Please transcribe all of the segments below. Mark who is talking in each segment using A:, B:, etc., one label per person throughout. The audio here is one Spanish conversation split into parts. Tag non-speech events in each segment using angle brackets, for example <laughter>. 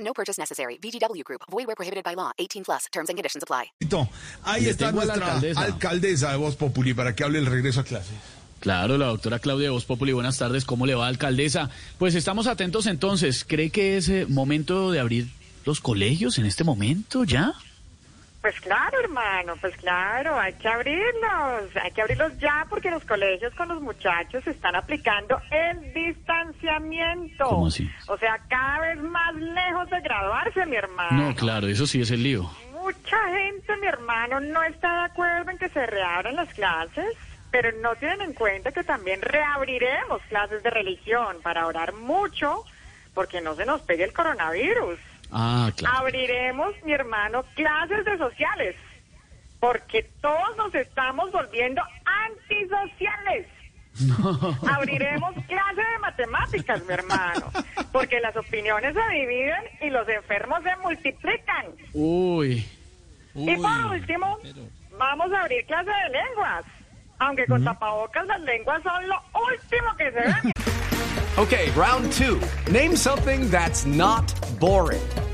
A: No purchase necessary. VGW Group. Void where prohibited by law. 18 plus. Terms and conditions apply.
B: Ahí
C: Le
B: está
C: tengo a la
B: nuestra alcaldesa.
C: alcaldesa.
B: de Voz Populi para que hable el regreso a clase.
C: Claro, la doctora Claudia de Voz Populi, buenas tardes, ¿cómo le va, alcaldesa? Pues estamos atentos entonces, ¿cree que es eh, momento de abrir los colegios en este momento ya?
D: Pues claro, hermano, pues claro, hay que abrirlos, hay que abrirlos ya porque los colegios con los muchachos están aplicando el distanciamiento.
C: ¿Cómo así?
D: O sea, cada vez más lejos de graduarse, mi hermano.
C: No, claro, eso sí es el lío.
D: Mucha gente, mi hermano, no está de acuerdo en que se reabran las clases, pero no tienen en cuenta que también reabriremos clases de religión para orar mucho porque no se nos pegue el coronavirus.
C: Ah, claro.
D: Abriremos, mi hermano, clases de sociales, porque todos nos estamos volviendo antisociales. <laughs> Abriremos clases de matemáticas, mi hermano, porque las opiniones se dividen y los enfermos se multiplican.
C: Ah. Uy, <laughs>
D: y por último, vamos a abrir clases de lenguas, aunque con tapabocas las lenguas son lo último que se ve.
E: Okay, round two. Name something that's not boring.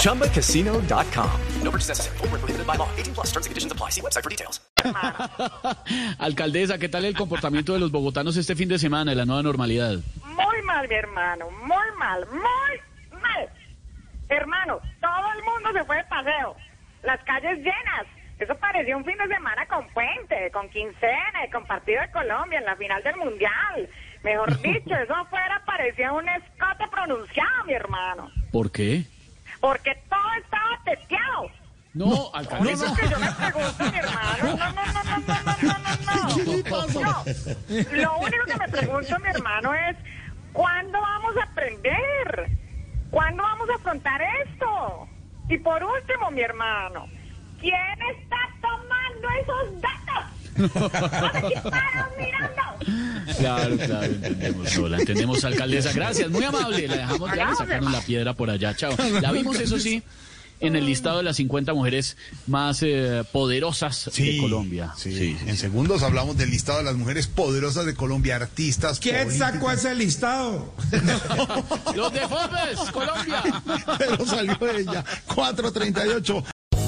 E: ChumbaCasino.com. No purchase necessary. Void where prohibited by law. 18 plus terms and conditions apply. See website for details.
C: alcaldesa, ¿qué tal el comportamiento de los bogotanos este fin de semana en la nueva normalidad?
D: Muy mal, mi hermano, muy mal, muy mal. Hermano, todo el mundo se fue de paseo. Las calles llenas. Eso parecía un fin de semana con puente, con quincena y con partido de Colombia en la final del Mundial. Mejor dicho, eso afuera parecía un escote pronunciado, mi hermano.
C: ¿Por qué?
D: Porque todo estaba teteado.
C: No, alcaldesa.
D: Eso que yo me pregunto, mi hermano. No, no, no, no, no, no, no,
C: <laughs>
D: no. No. Lo único que me pregunto, mi hermano, es ¿cuándo vamos a aprender? ¿Cuándo vamos a afrontar esto? Y por último, mi hermano, ¿quién está tomando esos datos?
C: <laughs>
D: Aquí parados mirando.
C: Claro, claro, entendemos, Lola, entendemos, alcaldesa. Gracias, muy amable. La dejamos ya, le sacaron la piedra por allá, chao. La vimos, eso sí, en el listado de las 50 mujeres más eh, poderosas de Colombia.
B: Sí,
C: Sí, sí,
B: En segundos hablamos del listado de las mujeres poderosas de Colombia, artistas.
F: ¿Quién
B: políticas,
F: sacó ese listado?
C: ¡Los de Forbes, Colombia!
B: <laughs> Pero salió ella. 438.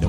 G: No